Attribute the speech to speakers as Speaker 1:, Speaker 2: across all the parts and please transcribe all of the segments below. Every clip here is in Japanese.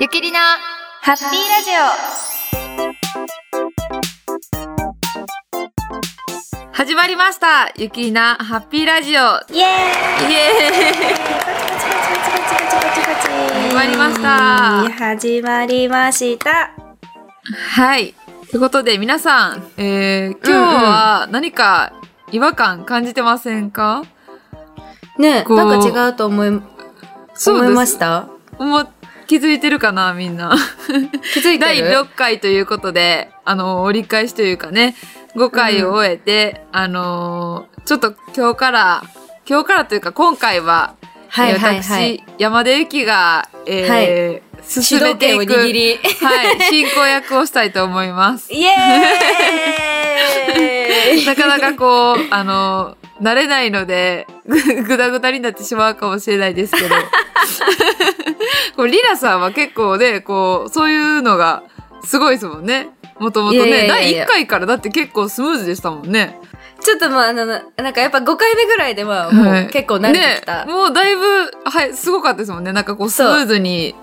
Speaker 1: ゆきりなハッピーラジオ始まりましたゆきりなハッピーラジオイ
Speaker 2: イエーイ
Speaker 1: エーイ
Speaker 2: 始
Speaker 1: まりました
Speaker 2: 始まりました
Speaker 1: はいということで皆さん、えー、今日は何か違和感感じてませんか、
Speaker 2: ね
Speaker 1: こう
Speaker 2: なんか違うと思い思いました
Speaker 1: もう気づいてるかなみんな
Speaker 2: 気づい
Speaker 1: 第
Speaker 2: てる
Speaker 1: 6回ということであの折り返しというかね5回を終えて、あのーちょっと今日から今日からというか今回は、
Speaker 2: はいはいは
Speaker 1: 私
Speaker 2: い
Speaker 1: 山田ゆきが、えー進
Speaker 2: 主
Speaker 1: め
Speaker 2: 導
Speaker 1: て
Speaker 2: 権を
Speaker 1: いく
Speaker 2: 握り
Speaker 1: はい、進行役をしたいと思い ます。
Speaker 2: イエ ーイ
Speaker 1: なかなかこう、あのー慣れないので、ぐ、ぐだぐだになってしまうかもしれないですけど。こうリラさんは結構ね、こう、そういうのがすごいですもんね。もともとね
Speaker 2: いやいやいやいや
Speaker 1: 第1回からだって結構スムーズでしたもんね。
Speaker 2: ちょっとまああのなんかやっぱ5回目ぐらいでまあ
Speaker 1: は
Speaker 2: もう
Speaker 1: い
Speaker 2: 結構慣れてきた
Speaker 1: ね、もうだいぶ、はい、すごかったですもんね。なんかこう、スムーズに、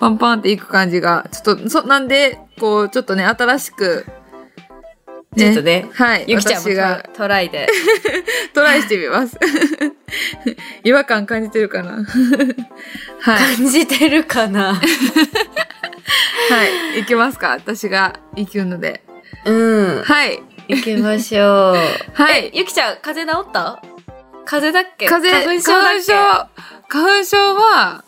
Speaker 1: パンパンっていく感じが。ちょっと、そ、なんで、こう、ちょっとね、新しく、
Speaker 2: ちょっとね
Speaker 1: はい。
Speaker 2: ゆきちゃんも
Speaker 1: 私が
Speaker 2: トライで
Speaker 1: トライしてみます。 違和感感じてるかな はい。
Speaker 2: 感じてるかな
Speaker 1: はい。いきますか私が行くので。
Speaker 2: うん
Speaker 1: はい。
Speaker 2: 行きましょう
Speaker 1: はい。
Speaker 2: ゆきちゃん風邪治った風邪だっけ
Speaker 1: 風
Speaker 2: 花
Speaker 1: 邪、
Speaker 2: 粉症だ
Speaker 1: 花粉症
Speaker 2: っ、
Speaker 1: 花粉症は、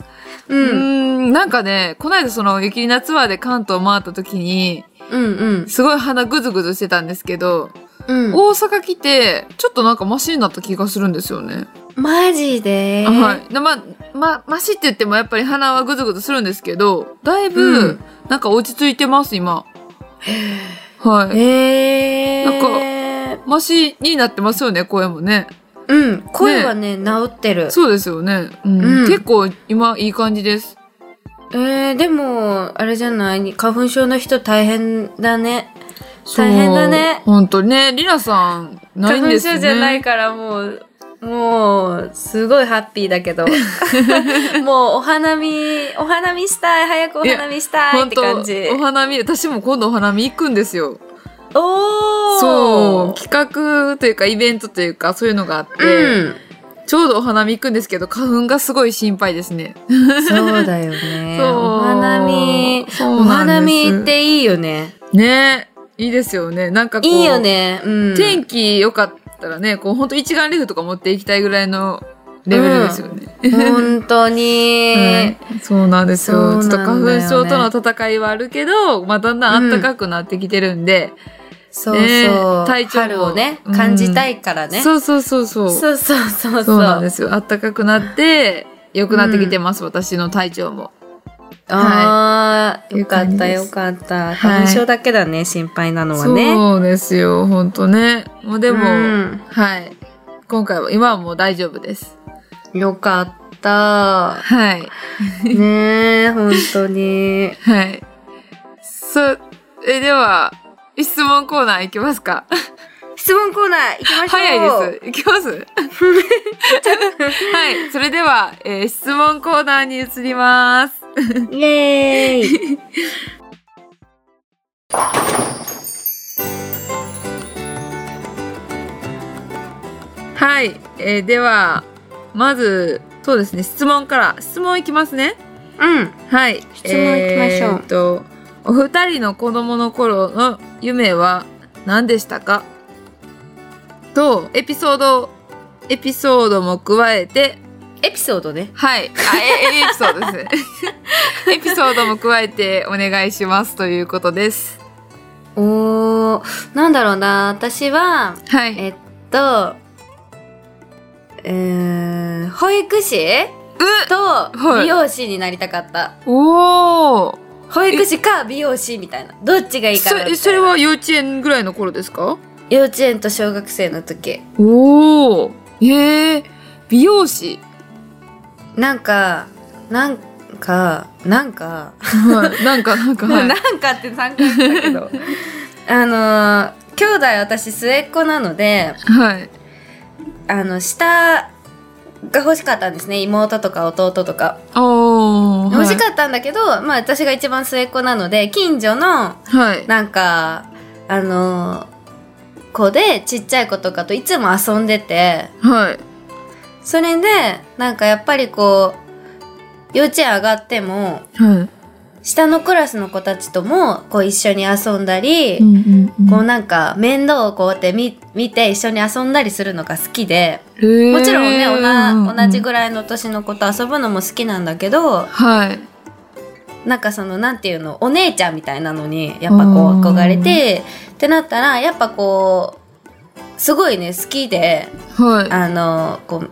Speaker 2: け
Speaker 1: うー
Speaker 2: うん
Speaker 1: ん、なんかね、この間その雪りなツアーで関東回った時に、
Speaker 2: うんうん
Speaker 1: すごい鼻ぐずぐずしてたんですけど、
Speaker 2: うん
Speaker 1: 大阪来て、ちょっとなんかマシになった気がするんですよね。
Speaker 2: マジで、
Speaker 1: はい。で、ま、ま、マシって言ってもやっぱり鼻はぐずぐずするんですけど、だいぶ、
Speaker 2: うん
Speaker 1: なんか落ち着いてます、今。はい。
Speaker 2: えー、
Speaker 1: マシになってますよね、声もね。
Speaker 2: うん声はね治ってる
Speaker 1: そうですよね。うん。
Speaker 2: うん
Speaker 1: 結構、今、いい感じです。
Speaker 2: えー、でもあれじゃない花粉症の人大変だね
Speaker 1: そう
Speaker 2: 大変だね
Speaker 1: 本当にね、りなさん、ないん
Speaker 2: 花粉
Speaker 1: ですね。
Speaker 2: 症じゃないからもうもうすごいハッピーだ けどもうお花見お花見したい早くお花見したいっ
Speaker 1: 本
Speaker 2: て
Speaker 1: 当
Speaker 2: 感じ
Speaker 1: お花見、私も今度お花見行くんですよ。
Speaker 2: おお
Speaker 1: そう。企画というか、イベントというか、そういうのがあって、
Speaker 2: うん
Speaker 1: ちょうどお花見行くんですけど、花粉がすごい心配ですね。
Speaker 2: そうだよね
Speaker 1: そう
Speaker 2: お花見
Speaker 1: そう
Speaker 2: お
Speaker 1: な
Speaker 2: 花
Speaker 1: んです
Speaker 2: 見っていいよね
Speaker 1: ねいいですよね。なんかこう、
Speaker 2: いいよね、うん、
Speaker 1: 天気良かったらね、こう、ほんと一眼レフとか持っていきたいぐらいのレベルですよね。
Speaker 2: 本当に、
Speaker 1: うんそうなんですよ
Speaker 2: そうなん
Speaker 1: ち
Speaker 2: だ
Speaker 1: ょっと
Speaker 2: よね
Speaker 1: 花粉症との戦いはあるけど、まあ、だんだん暖かくなってきてるんで、
Speaker 2: そうそう、
Speaker 1: ね体調も
Speaker 2: 春をね
Speaker 1: うん
Speaker 2: 感じたいからね、
Speaker 1: そうそうそうそうそう
Speaker 2: そうそうそうそう
Speaker 1: なんですよ暖かくなって良くなってきてます、私の体調も
Speaker 2: ああ、
Speaker 1: い
Speaker 2: よか
Speaker 1: いう感
Speaker 2: っ
Speaker 1: じ
Speaker 2: た
Speaker 1: です
Speaker 2: よかった
Speaker 1: い
Speaker 2: 花粉症だけだね、心配なのはね
Speaker 1: そうですよ本当ねもうでも、
Speaker 2: うん
Speaker 1: はい今回は今はもう大丈夫です
Speaker 2: よかった
Speaker 1: はい
Speaker 2: ねえ本当に
Speaker 1: はいそうえでは質問コーナー行きますか
Speaker 2: 質問コーナー行きましょう
Speaker 1: 早いです。いき ますはい。それでは、えー質問コーナーに移ります。
Speaker 2: イエ ーイ
Speaker 1: はい。えーでは、まず、そうですね、質問から。質問いきますね。
Speaker 2: うん
Speaker 1: はい。質
Speaker 2: 問いきまし
Speaker 1: え
Speaker 2: ょう
Speaker 1: ーっと、お二人の子供の頃の夢は何でしたかと、エピソード、エピソードも加えて、
Speaker 2: エピソードね
Speaker 1: はい。あ、え、えエピソードです ね。エピソードも加えてお願いしますということです。
Speaker 2: おーなんだろうな私は
Speaker 1: はい。
Speaker 2: えっと、えー、保育士と
Speaker 1: い
Speaker 2: 美容師になりたかった。
Speaker 1: おお。
Speaker 2: 保育士か美容師みたいな。どっちがいいかなみたい
Speaker 1: そそ
Speaker 2: な
Speaker 1: れは幼稚園ぐらいの頃ですか？
Speaker 2: 幼稚園と小学生の時。
Speaker 1: おお。ええ美容師。
Speaker 2: なんか、なんか、なんか、
Speaker 1: はい。なんかなんかはい。
Speaker 2: なんかって3回言ったけど。 あのー、兄弟私末っ子なので、
Speaker 1: はい。
Speaker 2: あの、下が欲しかったんですね。妹とか弟とか。
Speaker 1: おおー
Speaker 2: 欲しかったんだけど、まあ私が一番末っ子なので近所の
Speaker 1: はい。はい。
Speaker 2: なんかあの子でちっちゃい子とかといつも遊んでて
Speaker 1: はい。
Speaker 2: それでなんかやっぱりこう幼稚園上がっても
Speaker 1: はい。
Speaker 2: 下のクラスの子たちともこう一緒に遊んだり、
Speaker 1: んうんうん
Speaker 2: こうなんか面倒をこうやって見見て一緒に遊んだりするのが好きでも
Speaker 1: も
Speaker 2: ちろんね、おな同じ
Speaker 1: らい。
Speaker 2: ぐらいの年の子と遊ぶのも好きなんだけど
Speaker 1: はい。
Speaker 2: なんかそのなんていうのお姉ちゃんみたいなのにやっぱこ
Speaker 1: う
Speaker 2: うん憧れてってなったらやっぱこうすごいね好きで
Speaker 1: は
Speaker 2: あのこう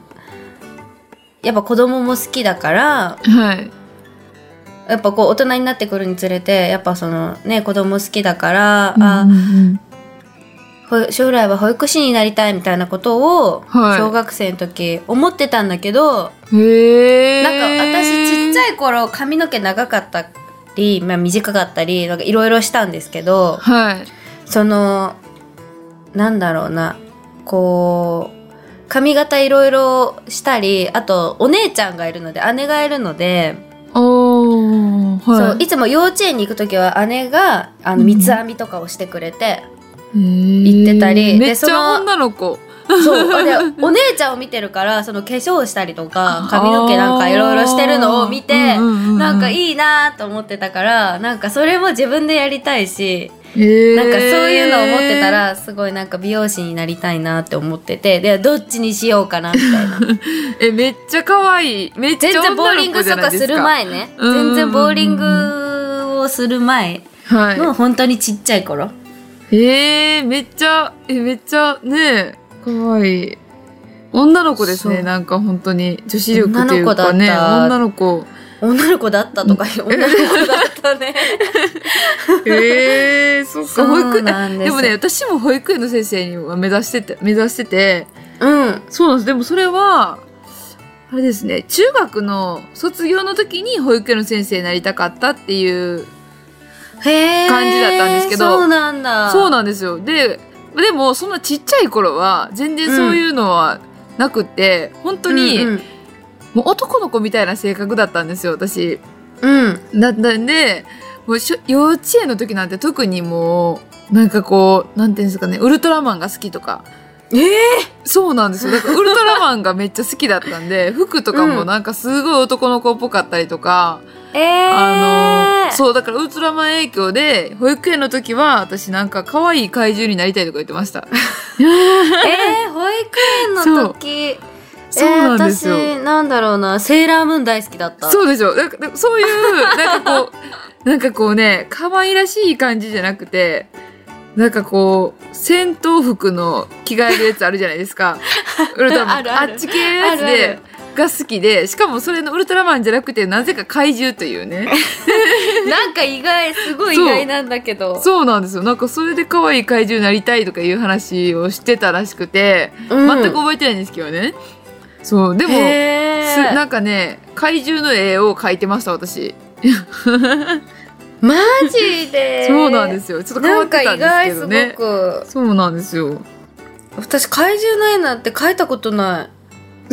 Speaker 2: やっぱ子供も好きだから
Speaker 1: い。はい。
Speaker 2: やっぱこう大人になってくるにつれてやっぱそのね子供好きだから、
Speaker 1: うん
Speaker 2: あ
Speaker 1: うんうん
Speaker 2: ほ将来は保育士になりたいみたいなことを
Speaker 1: はい
Speaker 2: 小学生の時思ってたんだけど、
Speaker 1: へえ。
Speaker 2: なんか私ちっちゃ
Speaker 1: い。
Speaker 2: い頃髪の毛長かったり、まあ、短かったりなんかいろいろしたんですけど
Speaker 1: はい。
Speaker 2: そのなんだろうなこう髪型いろいろしたりあとお姉ちゃんがいるので姉がいるので、
Speaker 1: おー。
Speaker 2: そう
Speaker 1: はい
Speaker 2: つも幼稚園に行く時は姉があの
Speaker 1: うん
Speaker 2: 三つ編みとかをしてくれて、
Speaker 1: い。
Speaker 2: 行
Speaker 1: 行
Speaker 2: ってたり
Speaker 1: め
Speaker 2: で
Speaker 1: っち
Speaker 2: そ
Speaker 1: ゃ
Speaker 2: の
Speaker 1: 女の子。
Speaker 2: そうでお姉ちゃんを見てるからその化粧をしたりとか髪の毛なんかいろいろしてるのを見て。なんか
Speaker 1: い。
Speaker 2: いいなと思ってたからなんかそれも自分でやりたい
Speaker 1: へ
Speaker 2: し
Speaker 1: ー
Speaker 2: なんかそういうのを思ってた。らすごいなんか美容師になりたいなって思っててでどっちにしようかなみたいな
Speaker 1: え、めっちゃ可愛い。めっちゃ
Speaker 2: 全
Speaker 1: 女
Speaker 2: 然ボー
Speaker 1: の
Speaker 2: リング
Speaker 1: 子じ
Speaker 2: と
Speaker 1: ゃな
Speaker 2: か
Speaker 1: いですす
Speaker 2: る
Speaker 1: か。
Speaker 2: 前ね
Speaker 1: うんうんうんうん
Speaker 2: 全然ボーリングをする前の
Speaker 1: は
Speaker 2: 本当にちっちゃい頃
Speaker 1: い。えー、めっちゃ、え、めっちゃ、ねえ、可愛い。女の子です
Speaker 2: そ
Speaker 1: ね、
Speaker 2: う
Speaker 1: なんか本当に。女子力というかね、女
Speaker 2: 女
Speaker 1: の子。
Speaker 2: 女の子だったとか言う女の子だったね
Speaker 1: えー、そっか、保育園。
Speaker 2: なん
Speaker 1: でもね、私も保育園の先生には目指してて、目指してて、
Speaker 2: うん
Speaker 1: そうなんです。でもそれは、あれですね、中学の卒業の時に保育園の先生になりたかったっていう
Speaker 2: へえ
Speaker 1: 感じだったんですけど
Speaker 2: そうなんだ
Speaker 1: そうなんですよ。で、でもそんなちっちゃい頃は全然そういうのはなくて、本当に、
Speaker 2: うん
Speaker 1: もう男の子みたいな性格だったんですよ、私。
Speaker 2: うん、うん
Speaker 1: だったんで、もうしょ幼稚園の時なんて特にもう、なんかこう、なんていうんですかね、ウルトラマンが好きとか。
Speaker 2: えー
Speaker 1: そうなんですよ。だからウルトラマンがめっちゃ好きだったんで、 服とかもなんかすごい男の子っぽかったりとか、
Speaker 2: えー、
Speaker 1: あの、そう、だからウルトラマン影響で、保育園の時は私なんか可愛い怪獣になりたいとか言ってました。
Speaker 2: えー、保育園の時
Speaker 1: そうなんですよ
Speaker 2: えー私なんだろうなセーラームーン大好きだった
Speaker 1: そうでしょ。なんかでそういう、なんかこう、なんかこうね、可愛らしい感じじゃなくて、なんかこう、戦闘服の着替えるやつあるじゃないです か。ウルトラマン。
Speaker 2: あるある
Speaker 1: っち系のやつで、
Speaker 2: あるある
Speaker 1: が好きで、しかもそれのウルトラマンじゃなくて、なぜか怪獣というね。
Speaker 2: なんか意外すごい意外なんだけど
Speaker 1: そうなんですよ。なんかそれで可愛い怪獣になりたいとかいう話をしてたらしくて、
Speaker 2: うん
Speaker 1: 全く覚えてないんですけどね。そう、でも、す
Speaker 2: へ
Speaker 1: な
Speaker 2: ー
Speaker 1: んかね、怪獣の絵を描いてました、私。
Speaker 2: マジ で
Speaker 1: そうなんですすよ。ちょっと変
Speaker 2: な
Speaker 1: わっ
Speaker 2: んか
Speaker 1: てたん
Speaker 2: 意
Speaker 1: です
Speaker 2: 外
Speaker 1: け
Speaker 2: す
Speaker 1: ど
Speaker 2: ご
Speaker 1: ね。
Speaker 2: く
Speaker 1: そうなんですよ。
Speaker 2: 私怪獣の絵なんて描いたことな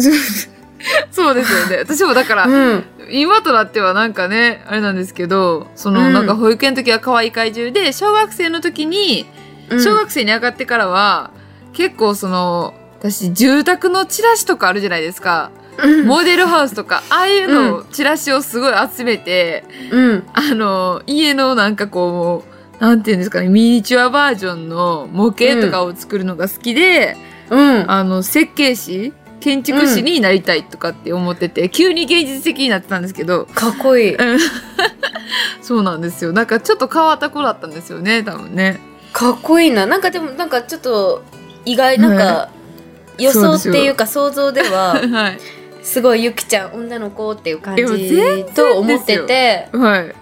Speaker 1: そうですよね。私もだか
Speaker 2: い
Speaker 1: ら、
Speaker 2: うん
Speaker 1: 今となってはなんかね、あれなんですけど、その、
Speaker 2: うん
Speaker 1: なんか保育園の時は可愛い怪獣で、小学生の時に、
Speaker 2: うん
Speaker 1: 小学生に上がってからは、結構その、私、住宅のチラシとかあるじゃないですか。
Speaker 2: うん
Speaker 1: モデルハウスとか、ああいうのを、チラシをすごい集めて、
Speaker 2: うん
Speaker 1: あの、家のなんかこう、なんていうんですかね、ミニチュアバージョンの模型とかを作るのが好きで、
Speaker 2: うん
Speaker 1: あの設計士建築士になりたいとかって思ってて、急に現実的になってたんですけど
Speaker 2: かっこいい
Speaker 1: そうなんですよなんかちょっと変わった子だったんですよね多分ね
Speaker 2: かっこいいななんかでもなんかちょっと意外なんか予
Speaker 1: そう
Speaker 2: 想
Speaker 1: で
Speaker 2: っ
Speaker 1: すよ
Speaker 2: ていうか想像では
Speaker 1: はい
Speaker 2: すごいゆきちゃん女の子っていう感じ
Speaker 1: いや全
Speaker 2: と思ってて
Speaker 1: はい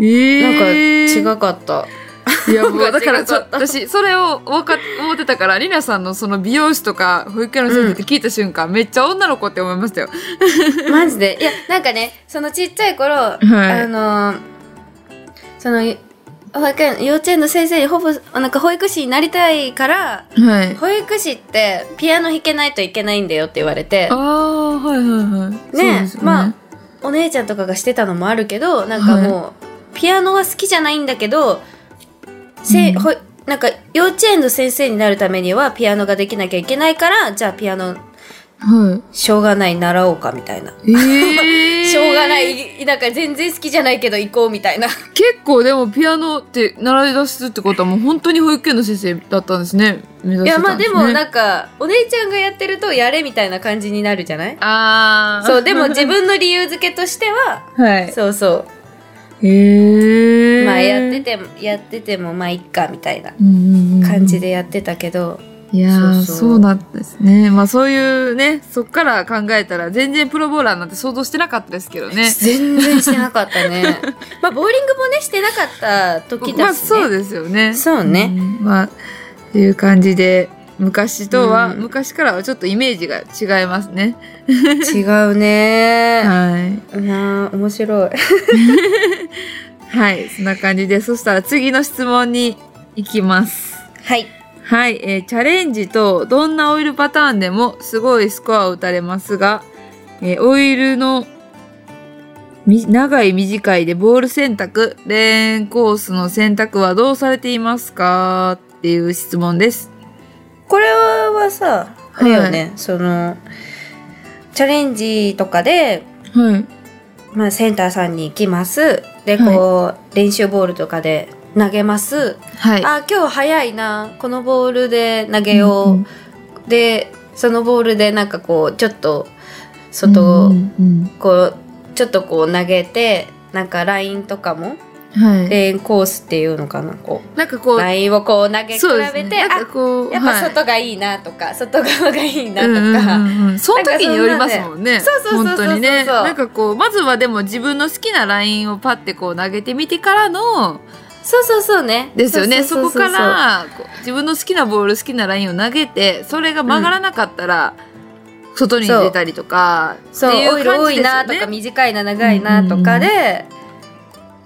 Speaker 1: え
Speaker 2: なんか
Speaker 1: ー、
Speaker 2: 違かった、
Speaker 1: いやもう
Speaker 2: なんか
Speaker 1: だから
Speaker 2: 違かっ
Speaker 1: そ
Speaker 2: た
Speaker 1: 私それを分かっ思ってたからりなさんのその美容師とか保育園の先生って聞いた瞬間、めっちゃ女の子って思いましたよ
Speaker 2: マジでいやなんかねそのちっちゃい頃、あのーその保育園幼稚園の先生にほぼなんか保育士になりたいから
Speaker 1: はい
Speaker 2: 保育士ってピアノ弾けないといけないんだよって言われて
Speaker 1: ああはいはいはいそう
Speaker 2: ね
Speaker 1: ですよ
Speaker 2: まあお姉ちゃんとかがしてたのもあるけどなんかもう、ピアノは好きじゃないんだけどせ、
Speaker 1: うん
Speaker 2: ほいなんか幼稚園の先生になるためにはピアノができなきゃいけないからじゃあピアノ
Speaker 1: は
Speaker 2: しょうがない習おうかみたいな。
Speaker 1: い。えー
Speaker 2: しょうがな。いなんか全然好きじゃないけど行こうみたいな。
Speaker 1: 結構でもピアノって習い出すってことはもう本当に保育園の先生だったんですね。目
Speaker 2: い
Speaker 1: 指し
Speaker 2: や
Speaker 1: て
Speaker 2: ま
Speaker 1: た
Speaker 2: あ
Speaker 1: んで
Speaker 2: です
Speaker 1: ね。
Speaker 2: もなんかお姉ちゃんがやってるとやれみたいな感じになるじゃない
Speaker 1: ああ。
Speaker 2: そ うでも自分の理由付けとしては
Speaker 1: はい。
Speaker 2: そうそう
Speaker 1: へえ。
Speaker 2: まあやって。てもやっててもまあいっかみたいな
Speaker 1: うんうんうん、
Speaker 2: 感じでやってたけど、
Speaker 1: いやー
Speaker 2: そ
Speaker 1: そうう
Speaker 2: そう
Speaker 1: なんですねまあそういうねそっから考えたら全然プロボウラーなんて想像してなかったですけどね
Speaker 2: 全然してなかっ たねまあボーリングもねしてなかった時
Speaker 1: まあ
Speaker 2: だし、ね
Speaker 1: そうですよね
Speaker 2: そうね
Speaker 1: んまあっていう感じで昔とは、
Speaker 2: うん
Speaker 1: 昔からはちょっとイメージが違いますね
Speaker 2: 違うね
Speaker 1: はい
Speaker 2: まあ面白い
Speaker 1: はいそんな感じでそしたら次の質問に行きます
Speaker 2: はい
Speaker 1: はい、えーチャレンジとどんなオイルパターンでもすごいスコアを打たれますが、えーオイルのみ長い短いでボール選択レーンコースの選択はどうされていますかっていう質問です。
Speaker 2: これはさあれよね、そのチャレンジとかで
Speaker 1: はい。
Speaker 2: まあ、センターさんに行きますでこ、
Speaker 1: はいう
Speaker 2: 練習ボールとかで投げます、
Speaker 1: はい。
Speaker 2: あ今日早いなこのボールで投げよう、
Speaker 1: うん
Speaker 2: でそのボールでなんかこうちょっと外を
Speaker 1: うんうん
Speaker 2: こうちょっとこう投げてなんかラインとかも
Speaker 1: うんはい。
Speaker 2: レーンコースっていうのかなこ
Speaker 1: なんかこ
Speaker 2: う
Speaker 1: う、
Speaker 2: ラインをこう投げ比
Speaker 1: そうです
Speaker 2: べて、
Speaker 1: ね。なんか
Speaker 2: あ
Speaker 1: こう、
Speaker 2: やっぱ
Speaker 1: はい
Speaker 2: 外がいいなとか、外側がいいな
Speaker 1: う
Speaker 2: と
Speaker 1: ん
Speaker 2: か、
Speaker 1: うんうんうんその時によりますもんね。
Speaker 2: そうそうそうそうそ
Speaker 1: 本
Speaker 2: う
Speaker 1: 当にね。なんかこうまずはでも自分の好きなラインをパってこう投げてみてからの
Speaker 2: そうそうそうね
Speaker 1: ですよね。そう
Speaker 2: ううう
Speaker 1: こからこう自分の好きなボール好きなラインを投げてそれが曲がらなかったら、外に出たりとかって
Speaker 2: そう
Speaker 1: い
Speaker 2: オイ
Speaker 1: う
Speaker 2: ル
Speaker 1: 感
Speaker 2: 多
Speaker 1: じ
Speaker 2: い
Speaker 1: です
Speaker 2: な
Speaker 1: よ
Speaker 2: とか
Speaker 1: ね。
Speaker 2: 短いな長いなとかで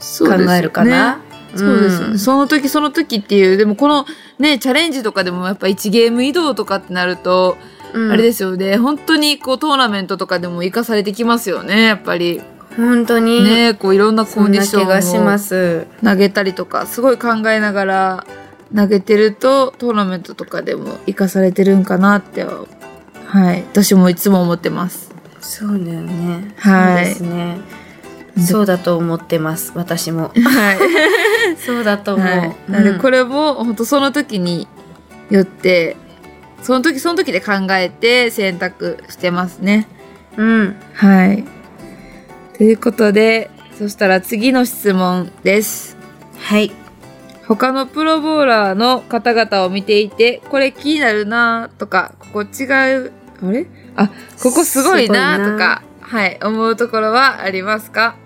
Speaker 1: そ
Speaker 2: 考
Speaker 1: うですよね
Speaker 2: えるかな。
Speaker 1: そうですよね、
Speaker 2: ん
Speaker 1: その時その時っていうでもこのねチャレンジとかでもやっぱ1ゲーム移動とかってなると、
Speaker 2: うん
Speaker 1: あれですよね本当にこうトーナメントとかでも生かされてきますよねやっぱり。
Speaker 2: 本当に、
Speaker 1: ねこういろんなコ
Speaker 2: そ
Speaker 1: ン
Speaker 2: ん
Speaker 1: ディ
Speaker 2: な
Speaker 1: シ
Speaker 2: 気がし
Speaker 1: ョン
Speaker 2: ま
Speaker 1: を
Speaker 2: す。
Speaker 1: 投げたりとかすごい考えながら投げてるとトーナメントとかでも生かされてるんかなってははい私もいつも思ってます
Speaker 2: そうだよね。
Speaker 1: はい
Speaker 2: そうですね。そうだと思ってます。私 も。
Speaker 1: はい、
Speaker 2: そうだと思う。
Speaker 1: はい、なのでこ
Speaker 2: れ、
Speaker 1: れも本当その時によってその時その時で考えて選択してますね
Speaker 2: うん、
Speaker 1: はいということでそしたら次の質問です
Speaker 2: はい。
Speaker 1: 他のプロボウラーの方々を見ていて、これ気になるなとか、ここ違う、あれあ、ここすごいな
Speaker 2: すごいな
Speaker 1: とか、はい、思うところはありますか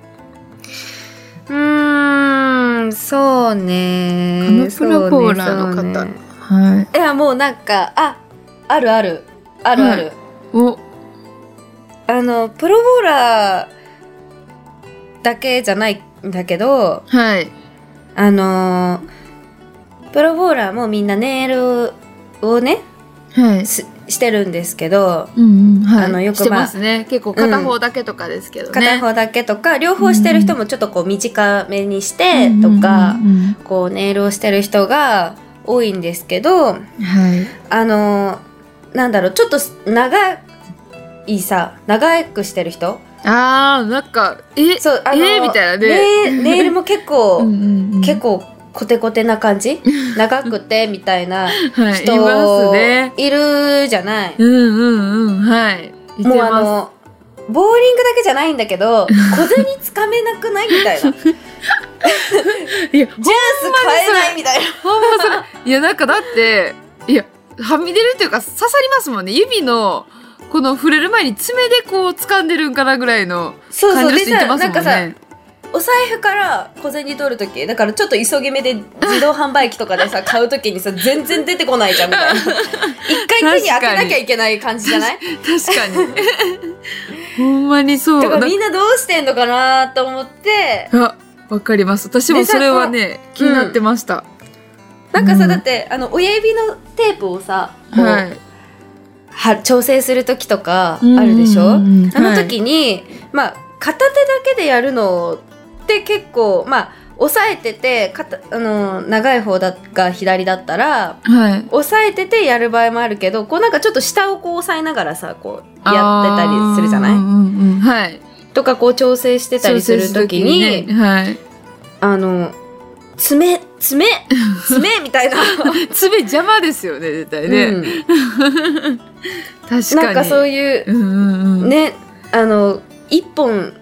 Speaker 2: うーん、そうね。
Speaker 1: このプロボウラーの
Speaker 2: そう
Speaker 1: 方
Speaker 2: ねそうね
Speaker 1: はい。
Speaker 2: いや、もうなんか、あ、あるある。あるある。
Speaker 1: はいお、
Speaker 2: あの、プロボウラーだけじゃないんだけど、
Speaker 1: はい。
Speaker 2: あのープロボウラーもみんなネイルをね、
Speaker 1: はい。
Speaker 2: すしてるんですけど、
Speaker 1: うんうん、はい。
Speaker 2: あのよく
Speaker 1: して
Speaker 2: まあ
Speaker 1: ますね。結構片方だけとかですけどね。
Speaker 2: 片方だけとか、両方してる人もちょっとこう短めにしてとか、
Speaker 1: うんうんうん
Speaker 2: こうネイルをしてる人が多いんですけど、
Speaker 1: うんはい。
Speaker 2: あのーなんだろう、ちょっと長いさ、長くしてる人
Speaker 1: あー、なんか、え、
Speaker 2: そう、あの
Speaker 1: えーみたいなね
Speaker 2: ネイネイルも結構、
Speaker 1: うんうんうん
Speaker 2: 結構コテコテな感じ長くてみたいな
Speaker 1: はい、います
Speaker 2: 人
Speaker 1: ね。
Speaker 2: いるじゃない。
Speaker 1: うんうんうん、はい。いて
Speaker 2: もう
Speaker 1: ます
Speaker 2: あのボーリングだけじゃないんだ けど小銭つかめなくないみたいなジュース
Speaker 1: いや、
Speaker 2: 買えないみたいな
Speaker 1: ほんまそれいやなんかだっていやはみ出るっていうか刺さりますもんね指のこの触れる前に爪でこう掴んでるんかなぐらいの
Speaker 2: そう
Speaker 1: 感
Speaker 2: そう
Speaker 1: じの
Speaker 2: で
Speaker 1: 人いて
Speaker 2: さ
Speaker 1: ます
Speaker 2: な
Speaker 1: も
Speaker 2: ん
Speaker 1: ん
Speaker 2: かさ
Speaker 1: ね。
Speaker 2: お財布から小銭取る時だからちょっと急ぎ目で自動販売機とか でさ買う時にさ全然出てこないじゃんみたいな一回手に開けなきゃいけない感じじゃない
Speaker 1: 確かにほんまにそう
Speaker 2: だから
Speaker 1: な
Speaker 2: みんなどうしてんのかなと思って
Speaker 1: あわかります私もそれはね
Speaker 2: でさ
Speaker 1: 気になってました、
Speaker 2: なんかさ、
Speaker 1: うん
Speaker 2: だってあの親指のテープをさこう、
Speaker 1: はい
Speaker 2: は調整する時とかあるでしょ、
Speaker 1: うんうんうん
Speaker 2: あの時に、まあ片手だけでやるのって結構まあ押さえてて片あの長い方だが左だったら
Speaker 1: はい。
Speaker 2: 押さえててやる場合もあるけどこうなんかちょっと下をこう押さえながらさこうやってたりするじゃな
Speaker 1: あーうんう
Speaker 2: い
Speaker 1: んうんはい。
Speaker 2: とかこう調整してたりする時に
Speaker 1: そうですねはい。
Speaker 2: あの爪爪爪みた いな、
Speaker 1: 爪邪魔ですよね、絶対ね。
Speaker 2: うん
Speaker 1: 確かに。
Speaker 2: なんかそう
Speaker 1: い
Speaker 2: いう
Speaker 1: う。んうんうん。
Speaker 2: ねあの一本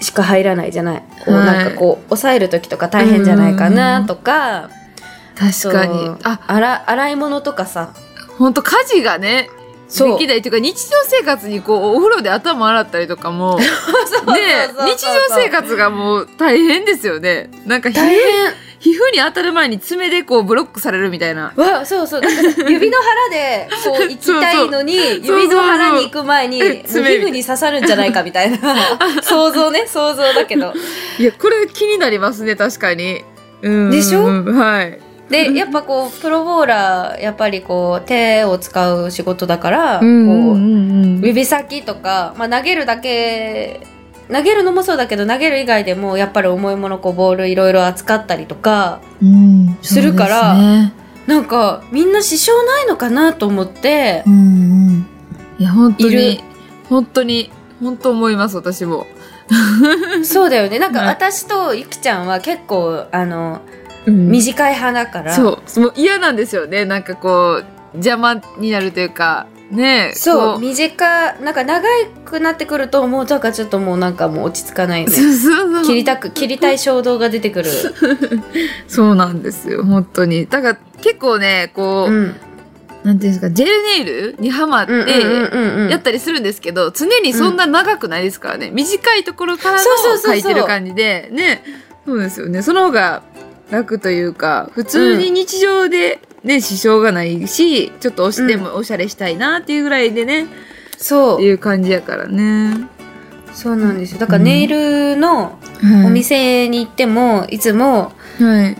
Speaker 2: しか入らないじゃないこう、
Speaker 1: はい
Speaker 2: なんかこう押さえる時とか大変じゃないかなとか、
Speaker 1: 確かに
Speaker 2: そう。
Speaker 1: あ、
Speaker 2: 洗洗い物とかさ
Speaker 1: 本当家事がね、
Speaker 2: そう
Speaker 1: できないというか、日常生活にこう、お風呂で頭洗ったりとか も、ね日常生活がもう大変ですよね。なんか皮膚
Speaker 2: 大変
Speaker 1: 皮膚に当たる前に爪でこう、ブロックされるみたいな。
Speaker 2: わそうそうなん かさ指の腹でこう行きたいのに
Speaker 1: そう
Speaker 2: 指の腹に行く前にもう
Speaker 1: え
Speaker 2: 皮
Speaker 1: 爪みたい
Speaker 2: 膚に刺さるんじゃないかみたい な想像ね想像だけど
Speaker 1: いや、これ気になりますね、確かに。うん
Speaker 2: でしょ
Speaker 1: うんはい。
Speaker 2: でやっぱこうプロボーラーやっぱりこう手を使う仕事だから、こう指先とか、まあ、投げるだけ投げるのもそうだけど投げる以外でもやっぱり重いものこうボールいろいろ扱ったりとか
Speaker 1: うん
Speaker 2: するから
Speaker 1: そうですね
Speaker 2: なんかみんな支障ないのかなと思って
Speaker 1: う、んうん。いや、本当
Speaker 2: いる
Speaker 1: に、本当に、本当思います、私も。
Speaker 2: そうだよねなんか
Speaker 1: はい
Speaker 2: 私とゆきちゃんは結構あの
Speaker 1: うん
Speaker 2: 短い派だから、
Speaker 1: そう。もう嫌なんですよね、なんかこう、邪魔になるというか、ねえ
Speaker 2: そう
Speaker 1: こ
Speaker 2: 短いなんか長くなってくるともうなんかちょっともうなんかもう落ち着かない ね
Speaker 1: そうそうそう。
Speaker 2: 切りたく切りたい衝動が出てくる、
Speaker 1: そうなんですよ、本当に。だから、結構ね、こ
Speaker 2: う
Speaker 1: う、
Speaker 2: ん、
Speaker 1: なんていうんですか、ジェルネイルにハマって、
Speaker 2: うんうんうんうんうん
Speaker 1: やったりするんですけど、常にそんな長くないですからね。短いところからの
Speaker 2: そうそうそうそう
Speaker 1: 書いてる感じで、ね。そうですよね。その方が楽というか、普通に日常でね、支障がないし、ちょっと押してもおしゃれしたいなっていうぐらいでね、っ
Speaker 2: そ
Speaker 1: て
Speaker 2: う
Speaker 1: いう感じやからね。
Speaker 2: そうなんですよだからネイルの
Speaker 1: はい
Speaker 2: お店に行ってもいつも
Speaker 1: はい。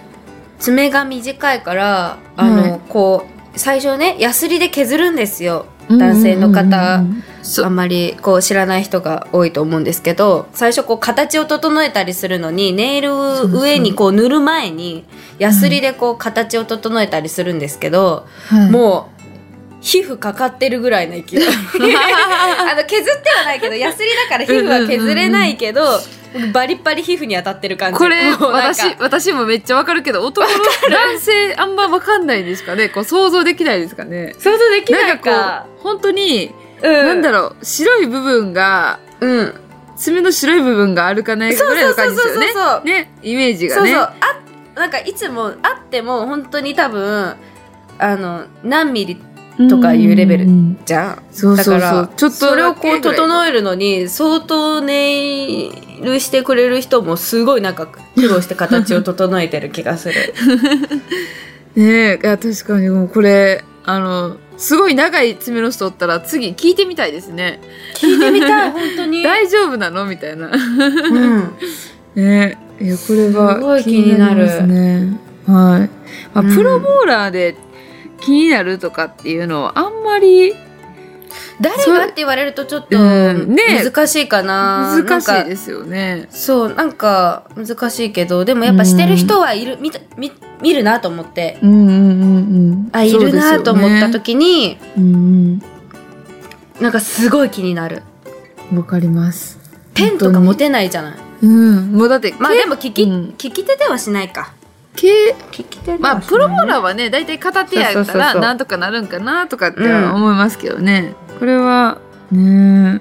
Speaker 2: 爪が短いからあの、
Speaker 1: は
Speaker 2: こう最初ねヤスリで削るんですよ男性の方
Speaker 1: うんうんうんうん、そ
Speaker 2: あ
Speaker 1: うん
Speaker 2: まりこう知らない人が多いと思うんですけど最初こう形を整えたりするのにネイル上にこう塗る前にヤスリでこう形を整えたりするんですけど、
Speaker 1: はい
Speaker 2: もう皮膚かかってるぐらいの勢い あの削ってはないけどヤスリだから皮膚は削れないけどバリッバリ皮膚に当たってる感じ
Speaker 1: これ
Speaker 2: もうなんか
Speaker 1: 私私もめっちゃわかるけど男の男性あんまわかんないですかねこう想像できないですかね
Speaker 2: 想像できないか
Speaker 1: なんかこう本当に、
Speaker 2: うん、
Speaker 1: なんだろう白い部分が
Speaker 2: うん
Speaker 1: 爪の白い部分があるかないかぐらいの感じですよね
Speaker 2: そうそうそうそうそう
Speaker 1: ねイメージが
Speaker 2: そう
Speaker 1: ね
Speaker 2: そうあなんかいつもあっても本当に多分あの何ミリとかいうレベル
Speaker 1: ん
Speaker 2: じゃん
Speaker 1: そうそうそう
Speaker 2: だから
Speaker 1: ちょっと
Speaker 2: それをこう
Speaker 1: え
Speaker 2: 整えるのに相当ネイルしてくれる人もすごいなんか苦労して形を整えてる気がする
Speaker 1: ねえいや確かにもうこれあのすごい長い爪の人おったら次聞いてみたいですね
Speaker 2: 聞いてみたい本 当に、
Speaker 1: 大丈夫なのみたいな
Speaker 2: うん、
Speaker 1: ねえいやこれ
Speaker 2: すご
Speaker 1: はい
Speaker 2: 気になる
Speaker 1: 気にりますねはい、まあ
Speaker 2: うん
Speaker 1: プロボーラーで気になるとかっていうのはあんまり
Speaker 2: 誰がって言われるとちょっ
Speaker 1: う
Speaker 2: と
Speaker 1: んね
Speaker 2: 難しいかな、
Speaker 1: 難しい
Speaker 2: す
Speaker 1: ですよね
Speaker 2: そうなんか難しいけどでもやっぱしてる人はいる見た見見るなと思って
Speaker 1: うんうんうんうん
Speaker 2: あいるなと思った、時
Speaker 1: そ
Speaker 2: に、
Speaker 1: うですよねうん
Speaker 2: なんかすごい気になる
Speaker 1: うん、わかります
Speaker 2: ペンとか持てないじゃない
Speaker 1: うんもうだって
Speaker 2: まあ
Speaker 1: け
Speaker 2: でも利き、
Speaker 1: うん
Speaker 2: 利き手ではしないか
Speaker 1: け
Speaker 2: 利き手ではしない
Speaker 1: まあプロボーラーはね大体片手や
Speaker 2: そう
Speaker 1: か
Speaker 2: そうそう
Speaker 1: ら
Speaker 2: そう
Speaker 1: なんとかなるんかなとかっては思いますけどね、これはね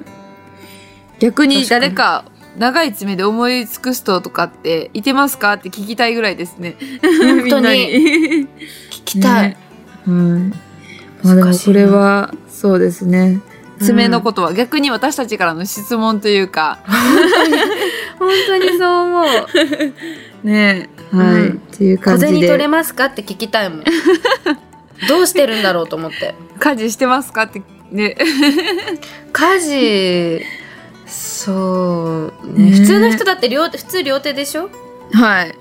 Speaker 1: 逆に誰か長い爪で思い尽くす人とかっていてますかって聞きたいぐらいです ねみんなに
Speaker 2: 聞きたい、
Speaker 1: ねはいまあでも
Speaker 2: 難しい
Speaker 1: こ
Speaker 2: な
Speaker 1: れはそうですね
Speaker 2: うん
Speaker 1: 爪のことは、逆に私たちからの質問というか
Speaker 2: 本当にそう思 う
Speaker 1: ねはい、
Speaker 2: うん
Speaker 1: っていう
Speaker 2: 小
Speaker 1: 感じ
Speaker 2: 銭取れ
Speaker 1: で
Speaker 2: ますかって聞きたいもんどうしてるんだろうと思って
Speaker 1: 家事してますかってね
Speaker 2: 家 事そう
Speaker 1: ね
Speaker 2: ね普通の人だって両手普通両手でしょ
Speaker 1: はい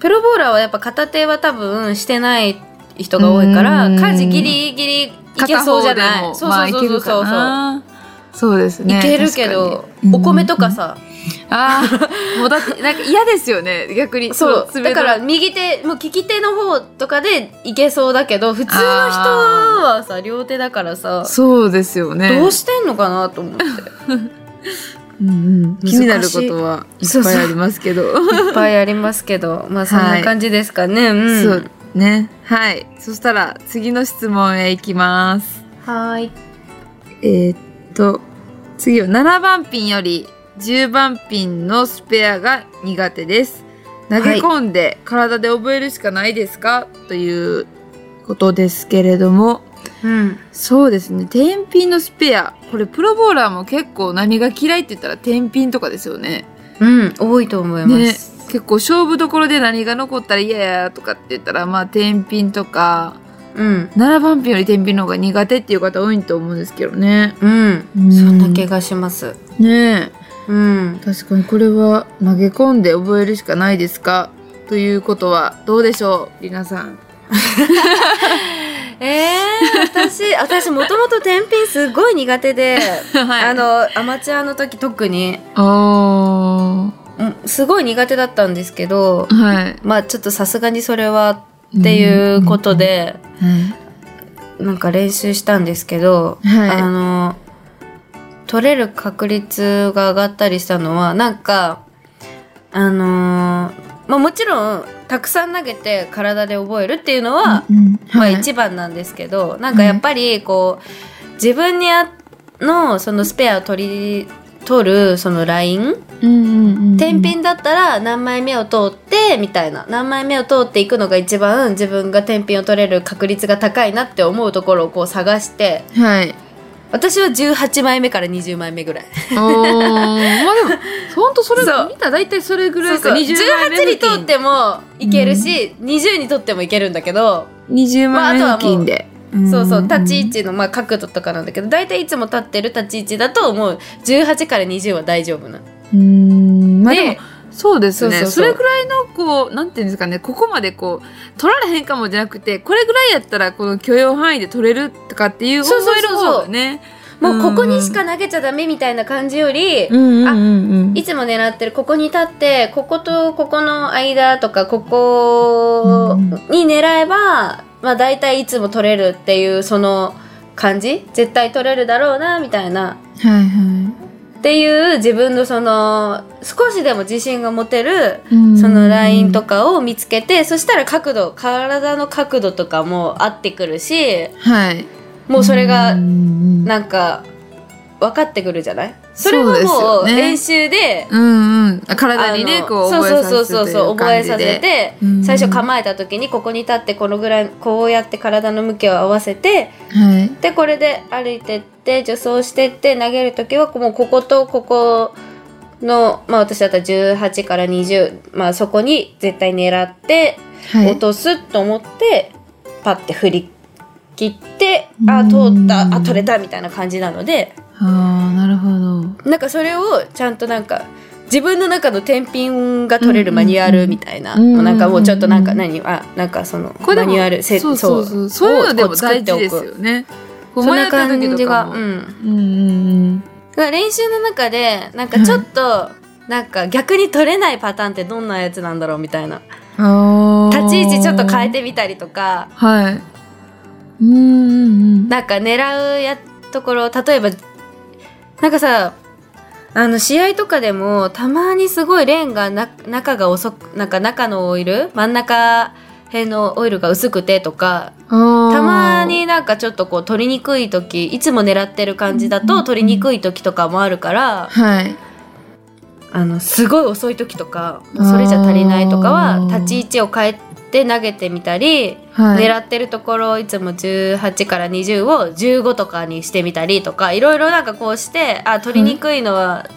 Speaker 2: プロボーラーはやっぱ片手は多分してない人が多いから
Speaker 1: うん
Speaker 2: 家事ギリギリいけそうじゃない
Speaker 1: 片方でもまあいけるかなそうです
Speaker 2: い
Speaker 1: ね
Speaker 2: けるけど、お米とかさ、
Speaker 1: ああ、もうだって、なんか嫌ですよね、逆に。
Speaker 2: そう
Speaker 1: 爪の
Speaker 2: だから右手もう利き手の方とかでいけそうだけど普通の人はさ両手だからさ、
Speaker 1: そうですよね。
Speaker 2: どうしてんのかなと思ってい
Speaker 1: うんうん、
Speaker 2: 難しい
Speaker 1: 気になることはいっぱいありますけど。そう
Speaker 2: っぱいありますけどまあそんな感じですかね、うん
Speaker 1: ね。はい。そしたら、次の質問へ行きます。
Speaker 2: はーい
Speaker 1: えーっと次は7番ピンより10番ピンのスペアが苦手です投げ込んで体で覚えるしかないですか、ということですけれども
Speaker 2: うん
Speaker 1: そうですね天ピンのスペアこれプロボーラーも結構何が嫌いって言ったら天ピンとかですよね
Speaker 2: うん多いと思いま
Speaker 1: ね
Speaker 2: す、
Speaker 1: 結構勝負どころで何が残ったら嫌やとかって言ったらまあ天ピンとか
Speaker 2: うん
Speaker 1: 7番ピンより天ピンの方が苦手っていう方多いと思うんですけどね
Speaker 2: うん、
Speaker 1: うん
Speaker 2: そんな気がします
Speaker 1: ねえ
Speaker 2: うん
Speaker 1: 確かにこれは投げ込んで覚えるしかないですかということはどうでしょうりなさん
Speaker 2: えー、 私私もともと天秤すごい苦手で、
Speaker 1: はい
Speaker 2: あのアマチュアの時特に
Speaker 1: あ
Speaker 2: うんすごい苦手だったんですけど
Speaker 1: ーはい
Speaker 2: まあちょっとさすがにそれはっていうことで、なんか練習したんですけど、
Speaker 1: はい
Speaker 2: あの取れる確率が上がったりしたのはなんかあのーまあ、もちろんたくさん投げて体で覚えるっていうのは、まあ、一番なんですけど、なんかやっぱりこう自分にあのそのスペアを取り取るそのライン天
Speaker 1: 天
Speaker 2: 秤だったら何枚目を通ってみたいな何枚目を通っていくのが一番自分が天秤を取れる確率が高いなって思うところをこう探して
Speaker 1: はい
Speaker 2: 私は18枚目から20枚目ぐらい
Speaker 1: おーまあでも本当それ
Speaker 2: そう
Speaker 1: 見たら大体それぐらいか
Speaker 2: そうそう
Speaker 1: 20枚目
Speaker 2: 18に取ってもいけるし、20に取ってもいけるんだけど、
Speaker 1: 20枚目
Speaker 2: まああ
Speaker 1: 付
Speaker 2: とはも
Speaker 1: 近
Speaker 2: う
Speaker 1: で、
Speaker 2: そうそう立ち位
Speaker 1: 置
Speaker 2: 置の、まあ、角度とかなんだけど大体いつも立ってる立ち位置だともう18から20は大丈夫なの。
Speaker 1: うんまあでも
Speaker 2: で
Speaker 1: そうですね
Speaker 2: そう
Speaker 1: そ
Speaker 2: そうそう
Speaker 1: れぐらいのこうなんていうんですかねここまでこう取られへんかもじゃなくてこれぐらいやったらこの許容範囲で取れるとかっていう覚
Speaker 2: そうそう
Speaker 1: える
Speaker 2: そう
Speaker 1: 方がね
Speaker 2: もうここにしか投げちゃダメみたいな感じより、
Speaker 1: うんうんうん
Speaker 2: いつも狙ってるここに立ってこことここの間とかここに狙えば、まあ大体いつも取れるっていうその感じ絶対取れるだろうなみたいな
Speaker 1: はいは
Speaker 2: っていう自分のその少しでも自信が持てる
Speaker 1: い
Speaker 2: そのラインとかを見つけてそしたら角度体の角度とかも合ってくるし
Speaker 1: はい
Speaker 2: もうそれが
Speaker 1: うん
Speaker 2: なんか分かってくるじゃないそれはも
Speaker 1: そう
Speaker 2: う
Speaker 1: ですよね
Speaker 2: 練習で
Speaker 1: うんあ体にね
Speaker 2: あの
Speaker 1: こう覚えさせて
Speaker 2: そうそうそうそう覚えさせて、
Speaker 1: うん
Speaker 2: 最初構えた時にここに立ってこのぐらいこうやって体の向きを合わせて
Speaker 1: はい
Speaker 2: でこれで歩いてって助走してって投げる時はもうこことここのまあ私だったら18から20まあそこに絶対狙って
Speaker 1: は
Speaker 2: 落とすと思って、パッて振り切って
Speaker 1: う
Speaker 2: あ
Speaker 1: ん
Speaker 2: 通ったあ取れたみたいな感じなので。
Speaker 1: ああなるほど
Speaker 2: なんかそれをちゃんとなんか自分の中の天品が取れるマニュアルみたいな、
Speaker 1: うんうんうん
Speaker 2: もうなんかもうちょっとなんか
Speaker 1: うん
Speaker 2: 何あなんかその
Speaker 1: これで
Speaker 2: マ
Speaker 1: も
Speaker 2: ニュアルせ
Speaker 1: そうそうそう
Speaker 2: そ
Speaker 1: そういうので
Speaker 2: を
Speaker 1: も大事です
Speaker 2: こう作って
Speaker 1: よねこ
Speaker 2: お
Speaker 1: う
Speaker 2: くそん
Speaker 1: 迷っ
Speaker 2: な
Speaker 1: た時
Speaker 2: 感
Speaker 1: と
Speaker 2: じ
Speaker 1: か
Speaker 2: が、
Speaker 1: も
Speaker 2: うん、
Speaker 1: うんうんうん
Speaker 2: だから練習の中でなんかちょっとなんか逆に取れないパターンってどんなやつなんだろうみたいな
Speaker 1: あー
Speaker 2: 立ち位置ちょっと変えてみたりとか
Speaker 1: はい。うんうんうん。
Speaker 2: なんか狙うやところ例えばなんかさあの試合とかでもたまにすごいレーンがな中が遅くなんか中のオイル真ん中辺のオイルが薄くてとかた
Speaker 1: た
Speaker 2: ま。になんかちょっとこう取りにくい時いつも狙ってる感じだ
Speaker 1: うんうんう
Speaker 2: と
Speaker 1: ん
Speaker 2: 取りにくい時とかもあるから
Speaker 1: はい。
Speaker 2: あのすごい遅い時とかもうそれじゃ足りないとか
Speaker 1: あ
Speaker 2: は
Speaker 1: ー
Speaker 2: 立ち位置を変えて投げてみたり
Speaker 1: はい。
Speaker 2: 狙ってるところをいつも18から20を15とかにしてみたりとかいろいろなんかこうしてあ取りにくいのは、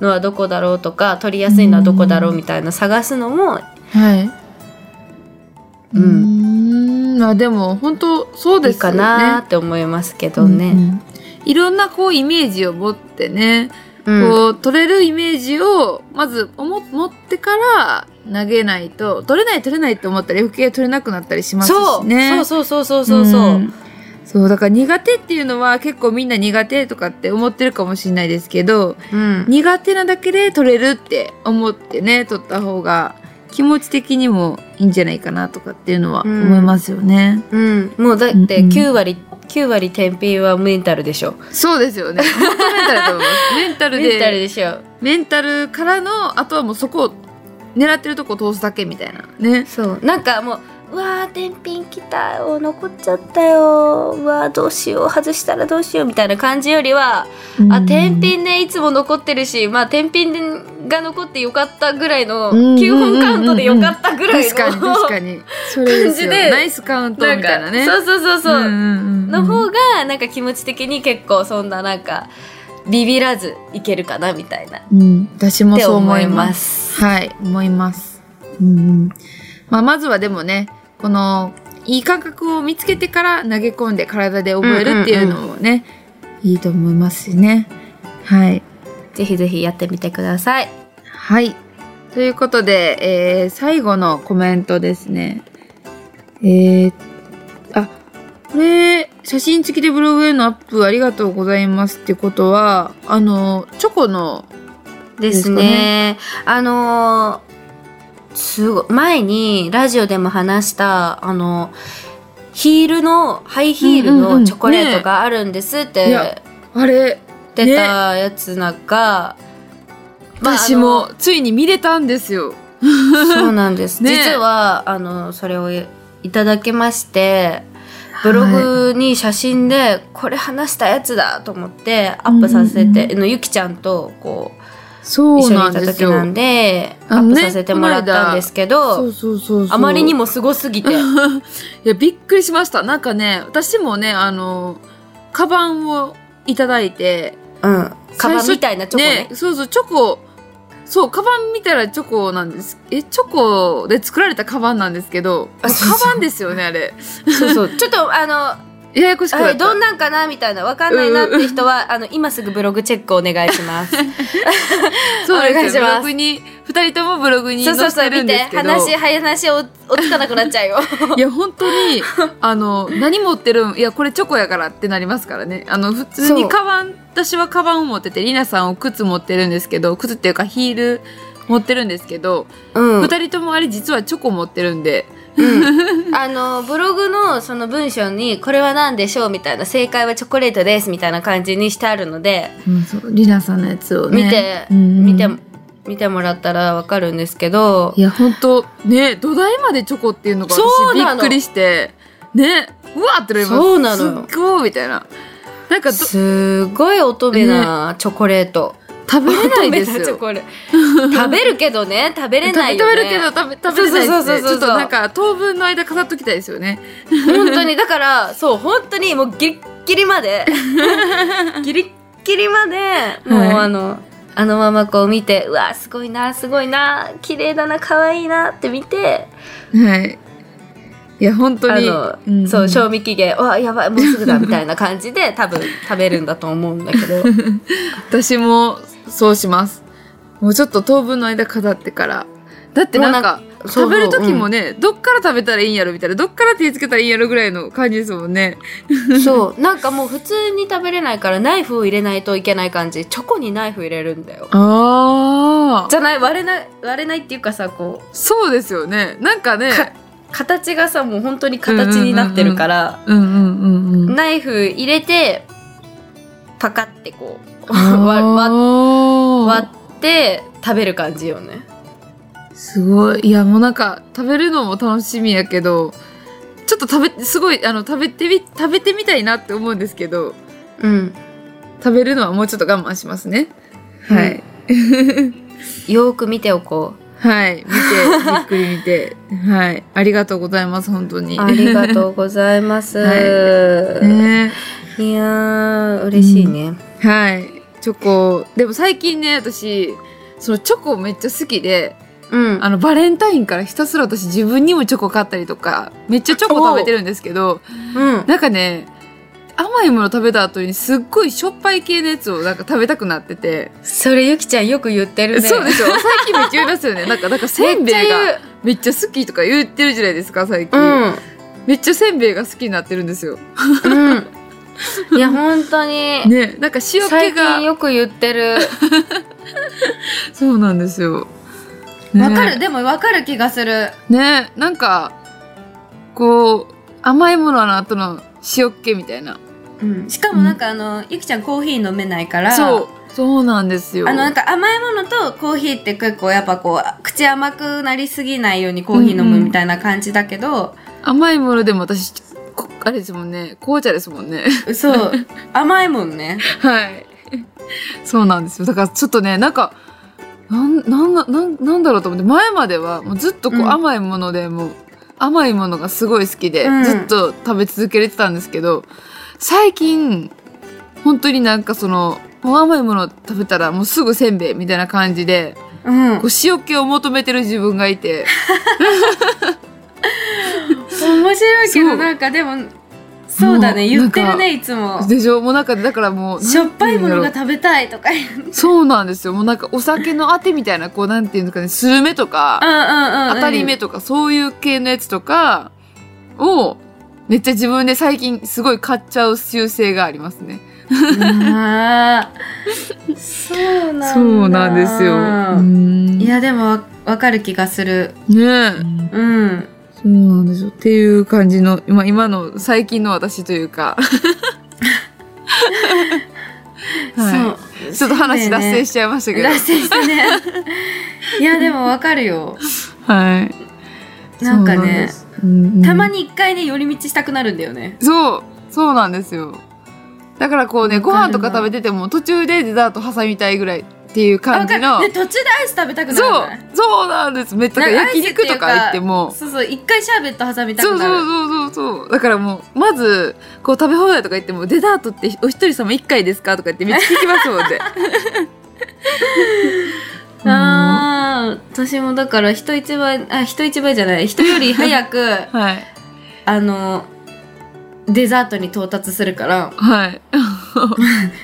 Speaker 2: のはどこだろうとか取りやすいのはどこだろうみたいな探すのも
Speaker 1: はい。
Speaker 2: う
Speaker 1: うーん。まあでも本当そう
Speaker 2: い
Speaker 1: で
Speaker 2: い
Speaker 1: すよ
Speaker 2: か
Speaker 1: ね。
Speaker 2: なって思いますけど
Speaker 1: うんう
Speaker 2: ね。
Speaker 1: んいろんなこうイメージを持ってね、
Speaker 2: うん
Speaker 1: こう取れるイメージをまず思持ってから投げないと取れない取れないと思ったら余計取れなくなったりしますし
Speaker 2: そう
Speaker 1: ね。
Speaker 2: そうそうそうそうそうそう
Speaker 1: うんそう、だから苦手っていうのは結構みんな苦手とかって思ってるかもしれないですけど、
Speaker 2: うん、
Speaker 1: 苦手なだけで取れるって思ってね、取った方が気持ち的にもいいんじゃないかなとかっていうのは
Speaker 2: うん
Speaker 1: 思いますよね。
Speaker 2: うん、もうだっ
Speaker 1: うん
Speaker 2: て
Speaker 1: うん
Speaker 2: 9割、9割天秤はメンタルでしょ
Speaker 1: そうですよね。本当メンタルだと思い ます。メンタルで、
Speaker 2: メンタルでしょ
Speaker 1: メンタルからの、あとはもうそこを狙ってるとこを通すだけみたいな。ね。
Speaker 2: そうなんかもううわー天秤来たよ残っちゃったようわーどうしよう外したらどうしようみたいな感じよりはあ天秤ねいつも残ってるしまあ天秤が残ってよかったぐらいの
Speaker 1: うんうんうんうん
Speaker 2: 9本カウントでよかったぐらいの
Speaker 1: 確かに確かに。それですよ
Speaker 2: 感じで
Speaker 1: ナイスカウントみたいなね。
Speaker 2: んかそうそうそうそう、の
Speaker 1: の
Speaker 2: 方がなんか気持ち的に結構そんななんかビビらずいけるかなみたいなっ
Speaker 1: うん、私も
Speaker 2: て
Speaker 1: そう
Speaker 2: 思
Speaker 1: 思
Speaker 2: い
Speaker 1: い
Speaker 2: ま
Speaker 1: ます。
Speaker 2: す。
Speaker 1: はい、思います。うんうんまあ、まずはでもね、この、いい感覚を見つけてから投げ込んで体で覚えるっていうのもね、いいと思いますしね。はい。
Speaker 2: ぜひぜひやってみてください。
Speaker 1: はい。ということで、えー最後のコメントですね。えーあ、これ、写真付きでブログへのアップありがとうございますってことは、あの、チョコの、
Speaker 2: ですね。あのーすごい前にラジオでも話したあのヒールのハイヒー
Speaker 1: う
Speaker 2: ル
Speaker 1: んうんう
Speaker 2: の
Speaker 1: ん
Speaker 2: チョコレートがあるんですっ
Speaker 1: ねいや
Speaker 2: て
Speaker 1: あれ、
Speaker 2: 出たやつなんか、まあ
Speaker 1: 私も、ついに見れたんですよ。
Speaker 2: あのそうなんです、
Speaker 1: ね
Speaker 2: 実はあのそれをいただきましてブログに写真でこれ話したやつだと思ってアップさせ
Speaker 1: うん
Speaker 2: て、
Speaker 1: うん
Speaker 2: のゆきちゃんとこう
Speaker 1: そう
Speaker 2: 一緒に
Speaker 1: ないん
Speaker 2: た
Speaker 1: で
Speaker 2: 時
Speaker 1: すよ。
Speaker 2: なんでア
Speaker 1: あのね
Speaker 2: ップさせてもらったんですけ
Speaker 1: そ
Speaker 2: ど、
Speaker 1: うそうそうそう
Speaker 2: あまりにもすごすぎて
Speaker 1: いやびっくりしましたなんかね私もねあのカバンをいただいて
Speaker 2: うんカバンみたいなチョコね
Speaker 1: そうそうチョコそうカバン見たらチョコなんですえチョコで作られたカバンなんですけどカ
Speaker 2: あそうそう
Speaker 1: バンですよねあれ
Speaker 2: そうそうちょっとあの
Speaker 1: ややこしく
Speaker 2: あ
Speaker 1: な
Speaker 2: れ
Speaker 1: った
Speaker 2: どんなんかなみたいなわかんないなって 人はあの今すぐブログチェックお願いします
Speaker 1: そう
Speaker 2: お願い
Speaker 1: です
Speaker 2: し
Speaker 1: よ
Speaker 2: ま
Speaker 1: ブ
Speaker 2: す
Speaker 1: ログに二人ともブログに
Speaker 2: そう
Speaker 1: 載
Speaker 2: そ
Speaker 1: せ
Speaker 2: うそ
Speaker 1: て
Speaker 2: う
Speaker 1: る
Speaker 2: 見
Speaker 1: ん
Speaker 2: て
Speaker 1: ですけど
Speaker 2: 話話をおつかなくなっちゃうよ
Speaker 1: いや本当にあの何持ってるんいやこれチョコやからってなりますからねあの普通
Speaker 2: そう
Speaker 1: にカバン私はカバンを持っててりなさんを靴持ってるんですけど靴っていうかヒール持ってるんですけど、
Speaker 2: うん
Speaker 1: 二人ともあれ実はチョコ持ってるんで
Speaker 2: うんあのブログのその文章に「これは何でしょう?」みたいな「正解はチョコレートです」みたいな感じにしてあるので
Speaker 1: りなさんのやつを
Speaker 2: 見て、見て見てもらったらわかるんですけど
Speaker 1: いや本当ね土台までチョコっていうのが
Speaker 2: そう
Speaker 1: 私び
Speaker 2: な
Speaker 1: っ
Speaker 2: の
Speaker 1: くりしてねうわってなります
Speaker 2: そうなのよ
Speaker 1: すっごいみたいななんかど
Speaker 2: すごい乙女なチョコレート、
Speaker 1: 食べれない です
Speaker 2: 乙女なチ
Speaker 1: よ
Speaker 2: ョコ レート食べるけどね食べれないよね
Speaker 1: 食べるけど食べ食べれない
Speaker 2: そうそう
Speaker 1: ですね
Speaker 2: そう
Speaker 1: ち
Speaker 2: そ
Speaker 1: ょ
Speaker 2: う
Speaker 1: っとなんか当分の間飾っときたいですよね
Speaker 2: 本当にだからそう本当にもうギリッギリ までギリッギリまでもう、
Speaker 1: はい
Speaker 2: あのあのままこう見てうわすごいなすごいな綺麗だな可愛いなって見て
Speaker 1: はいいや本当
Speaker 2: あ
Speaker 1: に
Speaker 2: の、
Speaker 1: ん
Speaker 2: そう賞味期限うわやばいもうすぐだみたいな感じで多分食べるんだと思うんだけ ど
Speaker 1: 私もそうしますもうちょっと当分の間飾ってからだってなんか
Speaker 2: そ
Speaker 1: 食
Speaker 2: う
Speaker 1: べる時もね、どっから食べたらいいんやろみたいなどっから手つけたらいいんやろぐらいの感じですもんね
Speaker 2: そうなんかもう普通に食べれないからナイフを入れないといけない感じチョコにナイフ入れるんだよ
Speaker 1: あ
Speaker 2: じゃない割れない割れないっていうかさこう
Speaker 1: そうですよねなんかね
Speaker 2: か形がさもう本当に形になってるから、
Speaker 1: うんうんうんうん
Speaker 2: ナイフ入れてパカってこう割
Speaker 1: あー
Speaker 2: 割って食べる感じよね
Speaker 1: すごい。いや、もうなんか、食べるのも楽しみやけど、ちょっと食べ、すごい、あの、食べてみ、食べてみたいなって思うんですけど、
Speaker 2: うん
Speaker 1: 食べるのはもうちょっと我慢しますね。はい。
Speaker 2: よーく見ておこう
Speaker 1: はい。見 て、じっくり見て。はい。ありがとうございます、本当に。
Speaker 2: ありがとうござい ます、
Speaker 1: はい ね
Speaker 2: いやー嬉しいね、
Speaker 1: はい。チョコ、でも最近ね、私、そのチョコめっちゃ好きで、
Speaker 2: うん
Speaker 1: あの、バレンタインからひたすら私自分にもチョコ買ったりとか、めっちゃチョコ食べてるんですけど、
Speaker 2: うん
Speaker 1: なんかね甘いもの食べた後にすっごいしょっぱい系のやつをなんか食べたくなってて、
Speaker 2: それゆきちゃんよく言ってるね
Speaker 1: そうでしょ最近めっちゃ言いますよねなんかなんかせんべい
Speaker 2: めっちゃ
Speaker 1: がめっちゃ好きとか言ってるじゃないですか最近、
Speaker 2: 言ううん
Speaker 1: めっちゃせんべいが好きになってるんですよ。
Speaker 2: うん。いや、本当に。
Speaker 1: ね、なんか塩気
Speaker 2: 最近
Speaker 1: が。
Speaker 2: よく言ってる。
Speaker 1: そうなんですよ。ね
Speaker 2: わかる、でもわかる気がする。
Speaker 1: ね、なんか、こう、甘いものの後の塩気みたいな。
Speaker 2: うん。しかもなんかあの、ゆきちゃんコーヒー飲めないから。
Speaker 1: そう、そうなんですよ。
Speaker 2: あのなんか甘いものとコーヒーって結構やっぱこう口甘くなりすぎないようにコーヒー飲むみたいな感じだけど、
Speaker 1: 甘いものでも私、こあれですもんね、紅茶ですもんね。
Speaker 2: そう甘いもんね
Speaker 1: はい。そうなんですよ。だからちょっとね、なんか、なん、なんな、なん、なんだろうと思って、前まではもうずっとこう
Speaker 2: うん
Speaker 1: 甘いもので、もう、甘いものがすごい好きで、
Speaker 2: うん
Speaker 1: ずっと食べ続けれてたんですけど、最近、本当になんかその、もう甘いもの食べたらもうすぐせんべいみたいな感じで、
Speaker 2: うん
Speaker 1: こう塩気を求めてる自分がいて、
Speaker 2: 面白いけ
Speaker 1: そ
Speaker 2: ど
Speaker 1: う
Speaker 2: なんかでもそうだね
Speaker 1: もう
Speaker 2: 言って
Speaker 1: な
Speaker 2: る
Speaker 1: んか
Speaker 2: ねいつも
Speaker 1: でしょもうなんか、だからもう、
Speaker 2: しょっぱいもの
Speaker 1: なん
Speaker 2: が
Speaker 1: て
Speaker 2: 食べたいとかうんうんうん
Speaker 1: 言うんだろうそうなんですよ。もうなんかお酒のあてみたいな、こうなんていうんですかね、スルメとか、当たり目とかそういう系のやつとかをめっちゃ自分で最近すごい買っちゃう習性がありますね。
Speaker 2: あーそうなんだ
Speaker 1: い
Speaker 2: い
Speaker 1: や
Speaker 2: やでもわわかる気がする
Speaker 1: ねえ
Speaker 2: うん
Speaker 1: そうなんですよ。っていう感じの今今の最近の私という か。は
Speaker 2: そう
Speaker 1: い、ちょっと話脱線
Speaker 2: し
Speaker 1: しちゃいましたけど、
Speaker 2: 脱線したねいやでもわかるよ
Speaker 1: はい
Speaker 2: なんかね
Speaker 1: そうですうんうん
Speaker 2: たまに一回ね寄り道したくなるんだよね
Speaker 1: そうそうなんですよだからこうねご
Speaker 2: わか
Speaker 1: 飯と
Speaker 2: るな
Speaker 1: か食べてても途中でデザート挟みたいぐらいっていう
Speaker 2: あ
Speaker 1: 感
Speaker 2: わ
Speaker 1: じ
Speaker 2: か
Speaker 1: の
Speaker 2: るで途中でアイス食べたくなる
Speaker 1: そ
Speaker 2: よ
Speaker 1: う
Speaker 2: ね
Speaker 1: そうなんですめっちゃ
Speaker 2: なんか
Speaker 1: 焼肉とか行っても
Speaker 2: そうそう一回シャーベット挟みた
Speaker 1: そうそ
Speaker 2: く
Speaker 1: う
Speaker 2: な
Speaker 1: そ
Speaker 2: る
Speaker 1: うそうそうだからもうまずこう食べ放題とか言ってもデザートってお一人様一回ですかとか言ってめっちゃ聞きます もんねあ
Speaker 2: あー私もだから人一倍あ人一倍じゃない人より早く
Speaker 1: はい
Speaker 2: あのデザートに到達するから
Speaker 1: はい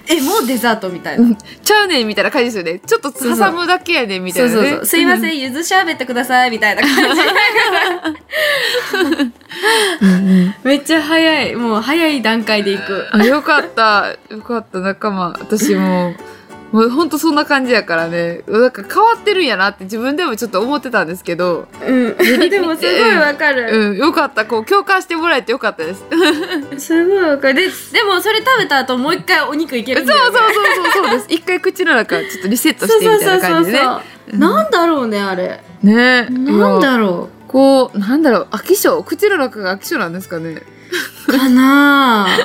Speaker 2: えもうデザートみたいな、
Speaker 1: うんちゃうねんみたいな感じですよねちょっと挟むだけやねんみた
Speaker 2: そ
Speaker 1: いうな、ね、
Speaker 2: そうそうすいませ
Speaker 1: ん
Speaker 2: んゆずシャーベットくださいみたいな感じめっちゃ早いもう早い段階でいく
Speaker 1: あよかったよかった仲間私ももうほんとそんな感じやからねなんか変わってるんやなって自分でもちょっと思ってたんですけど
Speaker 2: うんでもすごいわかる、
Speaker 1: うんよかったこう共感してもらえてよかったです
Speaker 2: すごいわかるででもそれ食べた後もう一回お 肉いけ
Speaker 1: そう
Speaker 2: る
Speaker 1: んそ
Speaker 2: だ
Speaker 1: う
Speaker 2: よね
Speaker 1: そうそうそうです。一回口の中ちょっとリセットしてみたいな感じでね。うん
Speaker 2: なんだろうねあれ
Speaker 1: ねえ。
Speaker 2: なん
Speaker 1: も
Speaker 2: だろ
Speaker 1: うこうなんだろう飽き性口の中が飽き性なんですかね。
Speaker 2: うかなあ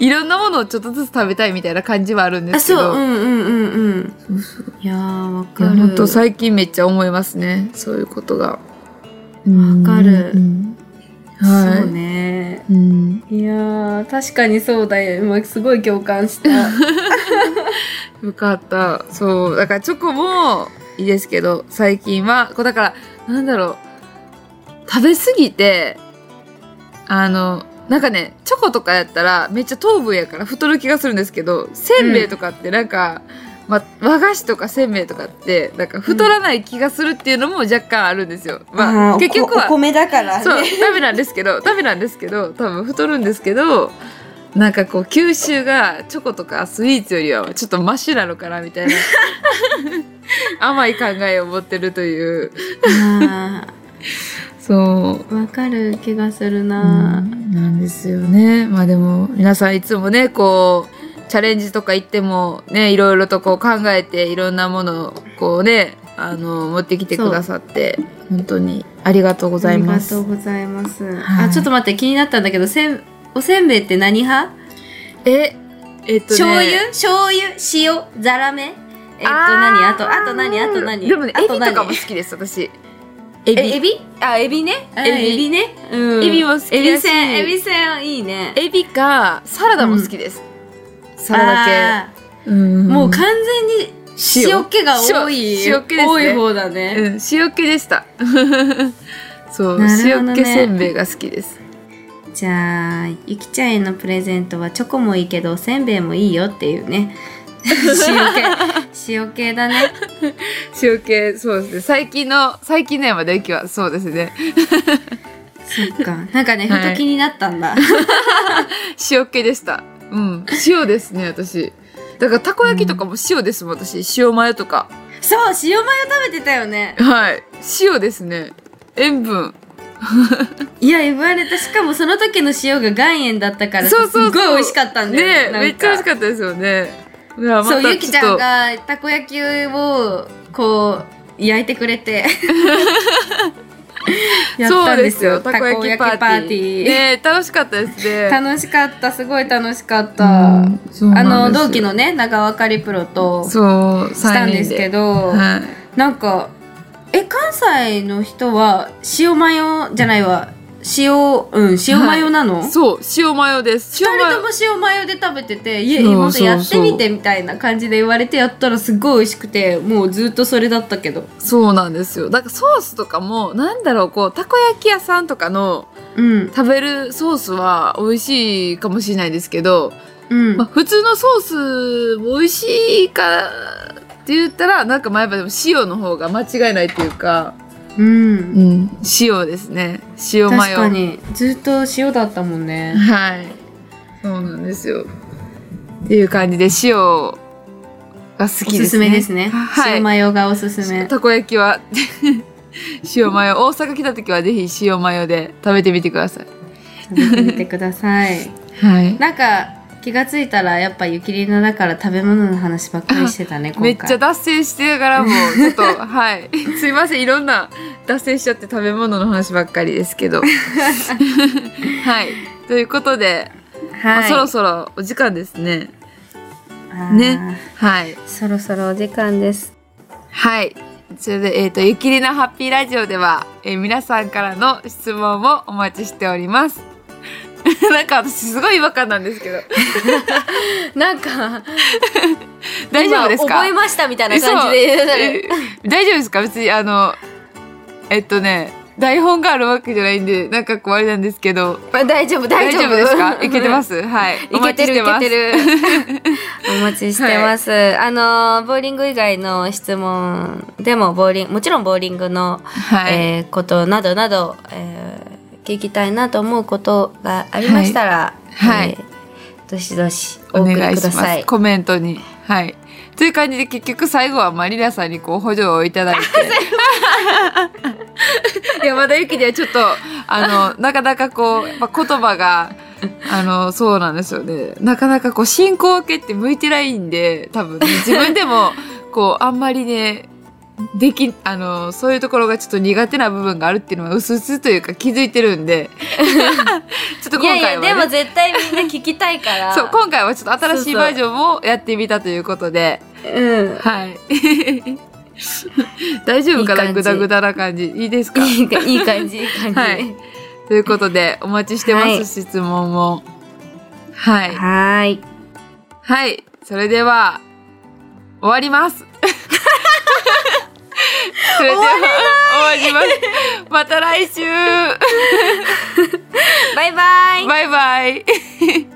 Speaker 1: いろんなものをちょっとずつ食べたいみたいな感じはあるんで
Speaker 2: あ
Speaker 1: すけ
Speaker 2: そうう
Speaker 1: ど。
Speaker 2: んうんうんうんいやーわ
Speaker 1: い
Speaker 2: か
Speaker 1: や
Speaker 2: る
Speaker 1: 本当最近めっちゃ思いますね。そういうことが。わ
Speaker 2: かる
Speaker 1: うん、はい。
Speaker 2: そうね
Speaker 1: うん。
Speaker 2: いやー確かにそうだよ今すごい共感した
Speaker 1: よかった。そう。だからチョコもいいですけど、最近は、こうだから、なんだろう。食べ過ぎて、あの、なんかね、チョコとかやったらめっちゃ糖分やから太る気がするんですけど、せんべいとかってなんか、ま、和菓子とかせんべいとかって、なんか太らない気がするっていうのも若干あるんですよ。まあ、
Speaker 2: ー
Speaker 1: 結局
Speaker 2: お
Speaker 1: は
Speaker 2: こお、米だからね
Speaker 1: そう、ダメなんですけど、ダメなんですけど、多分太るんですけど、なんかこう、吸収がチョコとかスイーツよりはちょっとマシなのかな、みた いな。甘い考えを持ってるという。
Speaker 2: あ
Speaker 1: そう。
Speaker 2: ーわかる気がする
Speaker 1: な
Speaker 2: な、
Speaker 1: んですよね。まあでも、皆さんいつもね、こう、チャレンジとか行っても、ね、いろいろとこう考えて、いろんなものをこうね、あの、持ってきてくださって、本当にありがとうございま
Speaker 2: あ
Speaker 1: す
Speaker 2: りが。とうございます、
Speaker 1: はい
Speaker 2: あちょっと待って気になったんだけどせんおせんべいって何派
Speaker 1: え、えっとね、
Speaker 2: 醤油醤油塩ざらめえっと何あとあと何あと何
Speaker 1: でもね
Speaker 2: あ
Speaker 1: エビと
Speaker 2: 何
Speaker 1: かも好きです私エ
Speaker 2: えエ
Speaker 1: エビ
Speaker 2: ビあエビね
Speaker 1: うん
Speaker 2: エビエビね、う
Speaker 1: エビも好きだし
Speaker 2: エビせんエビせんいいね
Speaker 1: エビかサラダも好きです、サラダ
Speaker 2: あー
Speaker 1: 系うん
Speaker 2: もう完全に
Speaker 1: 塩
Speaker 2: 塩気が多い
Speaker 1: 塩塩気ですね
Speaker 2: 多い方だね、
Speaker 1: うん塩気でした そう、
Speaker 2: なるほど
Speaker 1: 塩
Speaker 2: ね
Speaker 1: 気せんべいが好きです
Speaker 2: じゃあゆきちゃんへのプレゼントはチョコもいいけどおせんべいもいいよってい うね塩気塩気だね
Speaker 1: 塩気そうですね最近の最近の山田ゆきはそうですね
Speaker 2: そっか。なんかね、ふ
Speaker 1: は
Speaker 2: と
Speaker 1: い
Speaker 2: 気になったんだ。
Speaker 1: 塩気でした。うん。塩ですね、私。だから、たこ焼きとかも塩ですもん、私。塩マヨとか。
Speaker 2: そう、塩マヨ食べてたよね。
Speaker 1: はい。塩ですね。塩分。
Speaker 2: いや、言われた。しかもその時の塩が岩塩だったからさ、
Speaker 1: そうそうそう
Speaker 2: すっごい美味しかったんだよ
Speaker 1: ねえ
Speaker 2: なん
Speaker 1: めっちゃ美味しかったですよね。いやま
Speaker 2: そう、
Speaker 1: た
Speaker 2: ゆきち
Speaker 1: ょっ
Speaker 2: ゃん
Speaker 1: と
Speaker 2: がたこ焼きを、こう、焼いてくれて。やったんです よ。
Speaker 1: そうですよ。たこ焼きパーティー。
Speaker 2: ね
Speaker 1: ねえ楽しかったですね。
Speaker 2: 楽しかった、すごい楽しかった。
Speaker 1: うんそう
Speaker 2: あ
Speaker 1: な
Speaker 2: の
Speaker 1: んですよ
Speaker 2: 同期のね長和かりプロとし
Speaker 1: そう、
Speaker 2: た
Speaker 1: 三
Speaker 2: ん
Speaker 1: 人
Speaker 2: ですけど、
Speaker 1: はい。
Speaker 2: なんかえ関西の人は塩マヨじゃないわ塩うん塩マヨなの、二
Speaker 1: そう、塩マヨです。塩マ
Speaker 2: 人とも
Speaker 1: ヨ。
Speaker 2: 塩マヨで食べてて「いや
Speaker 1: そう
Speaker 2: 妹やっ
Speaker 1: そ
Speaker 2: て
Speaker 1: うそう
Speaker 2: みて」みたいな感じで言われてやったらすごい美味しくてもうずっとそれだったけど
Speaker 1: そうなんですよ。だからソースとかも、なんだろう、こう、たこ焼き屋さんとかの
Speaker 2: うん
Speaker 1: 食べるソースは美味しいかもしれないですけど、
Speaker 2: うん、
Speaker 1: まあ、普通のソースも美味しいかって言ったら、なんかまあやっぱでも塩の方が間違いないというか、
Speaker 2: うん、
Speaker 1: うん、塩ですね。塩
Speaker 2: 確
Speaker 1: マヨ。
Speaker 2: かにずっと塩だったもんね
Speaker 1: はい。そうなんですよ。っていう感じで塩が好
Speaker 2: お
Speaker 1: きですね。
Speaker 2: すすめですね、
Speaker 1: はい。
Speaker 2: 塩マヨがおすすめ
Speaker 1: たこ焼きは 塩マヨ。大阪来た時はぜひ塩マヨで食べてみてください。
Speaker 2: 食べてみてください
Speaker 1: はい。
Speaker 2: なんか気がついたらやっぱゆきりなだから食べ物の話ばっかりしてたね今
Speaker 1: め
Speaker 2: 回
Speaker 1: っちゃ脱線してながらも、ちょっと、 はい。すいません。いろんな脱線しちゃって食べ物の話ばっかりです けど。はい。ということで、まあ
Speaker 2: はい
Speaker 1: そろそろお時間ですね。
Speaker 2: あー
Speaker 1: ねはい。
Speaker 2: そろそろお時間です
Speaker 1: はい。それで、えっ、と、ゆきりなハッピーラジオでは、えー皆さんからの質問をお待ちしております。 なんか私すごい違和感なんです けど。
Speaker 2: なんか
Speaker 1: 大丈夫ですか
Speaker 2: 今覚えましたみたいな感じで言うなら
Speaker 1: 嘘え大丈夫ですか別に、あの、えっとね、台本があるわけじゃないんで、なんかこうあれなんですけど、
Speaker 2: まあ大丈夫大丈夫
Speaker 1: です かいけてますはい。
Speaker 2: いけてるい
Speaker 1: お待ち
Speaker 2: けて
Speaker 1: して
Speaker 2: るお待ちしてます、あのーボーリング以外の質問でもボーリンもちろんボーリングの
Speaker 1: ます。はい。
Speaker 2: えーことなどなど、えー聞きたいなと思うことがありましたら、
Speaker 1: はいはい
Speaker 2: えーどしどしお
Speaker 1: お
Speaker 2: 送りく
Speaker 1: 願い
Speaker 2: だ
Speaker 1: しま
Speaker 2: さい。
Speaker 1: す。コメントに。はい。という感じで結局最後はマリラさんにこう補助をいただいて。 山田ゆきではちょっと、あ の、なかなかこう、やっぱ言葉が、あの、そうなんですよね。なかなかこう、進行形って向いてないんで、多分ね、自分でも、こう、あんまりね、でき、あの、そういうところがちょっと苦手な部分があるっていうのは、うすうすというか気づいてるん で、ちょっと
Speaker 2: いや
Speaker 1: 今
Speaker 2: い
Speaker 1: 回は、ね。
Speaker 2: やでも絶対みんな聞きたいから。
Speaker 1: そう、今回はちょっと新しいバージョンをやってみたということで、
Speaker 2: うん。
Speaker 1: はい。大丈夫か
Speaker 2: いい感
Speaker 1: な
Speaker 2: じ
Speaker 1: グダグダな感じ。いいですか
Speaker 2: いいかいい感じいい感じ。
Speaker 1: は
Speaker 2: はい
Speaker 1: ということで、お待ちしてます、
Speaker 2: はい。
Speaker 1: 質問も。はいい。はい。それでは、終わり ます。それでは、終わります。また来週
Speaker 2: バイバイ。
Speaker 1: バイバイ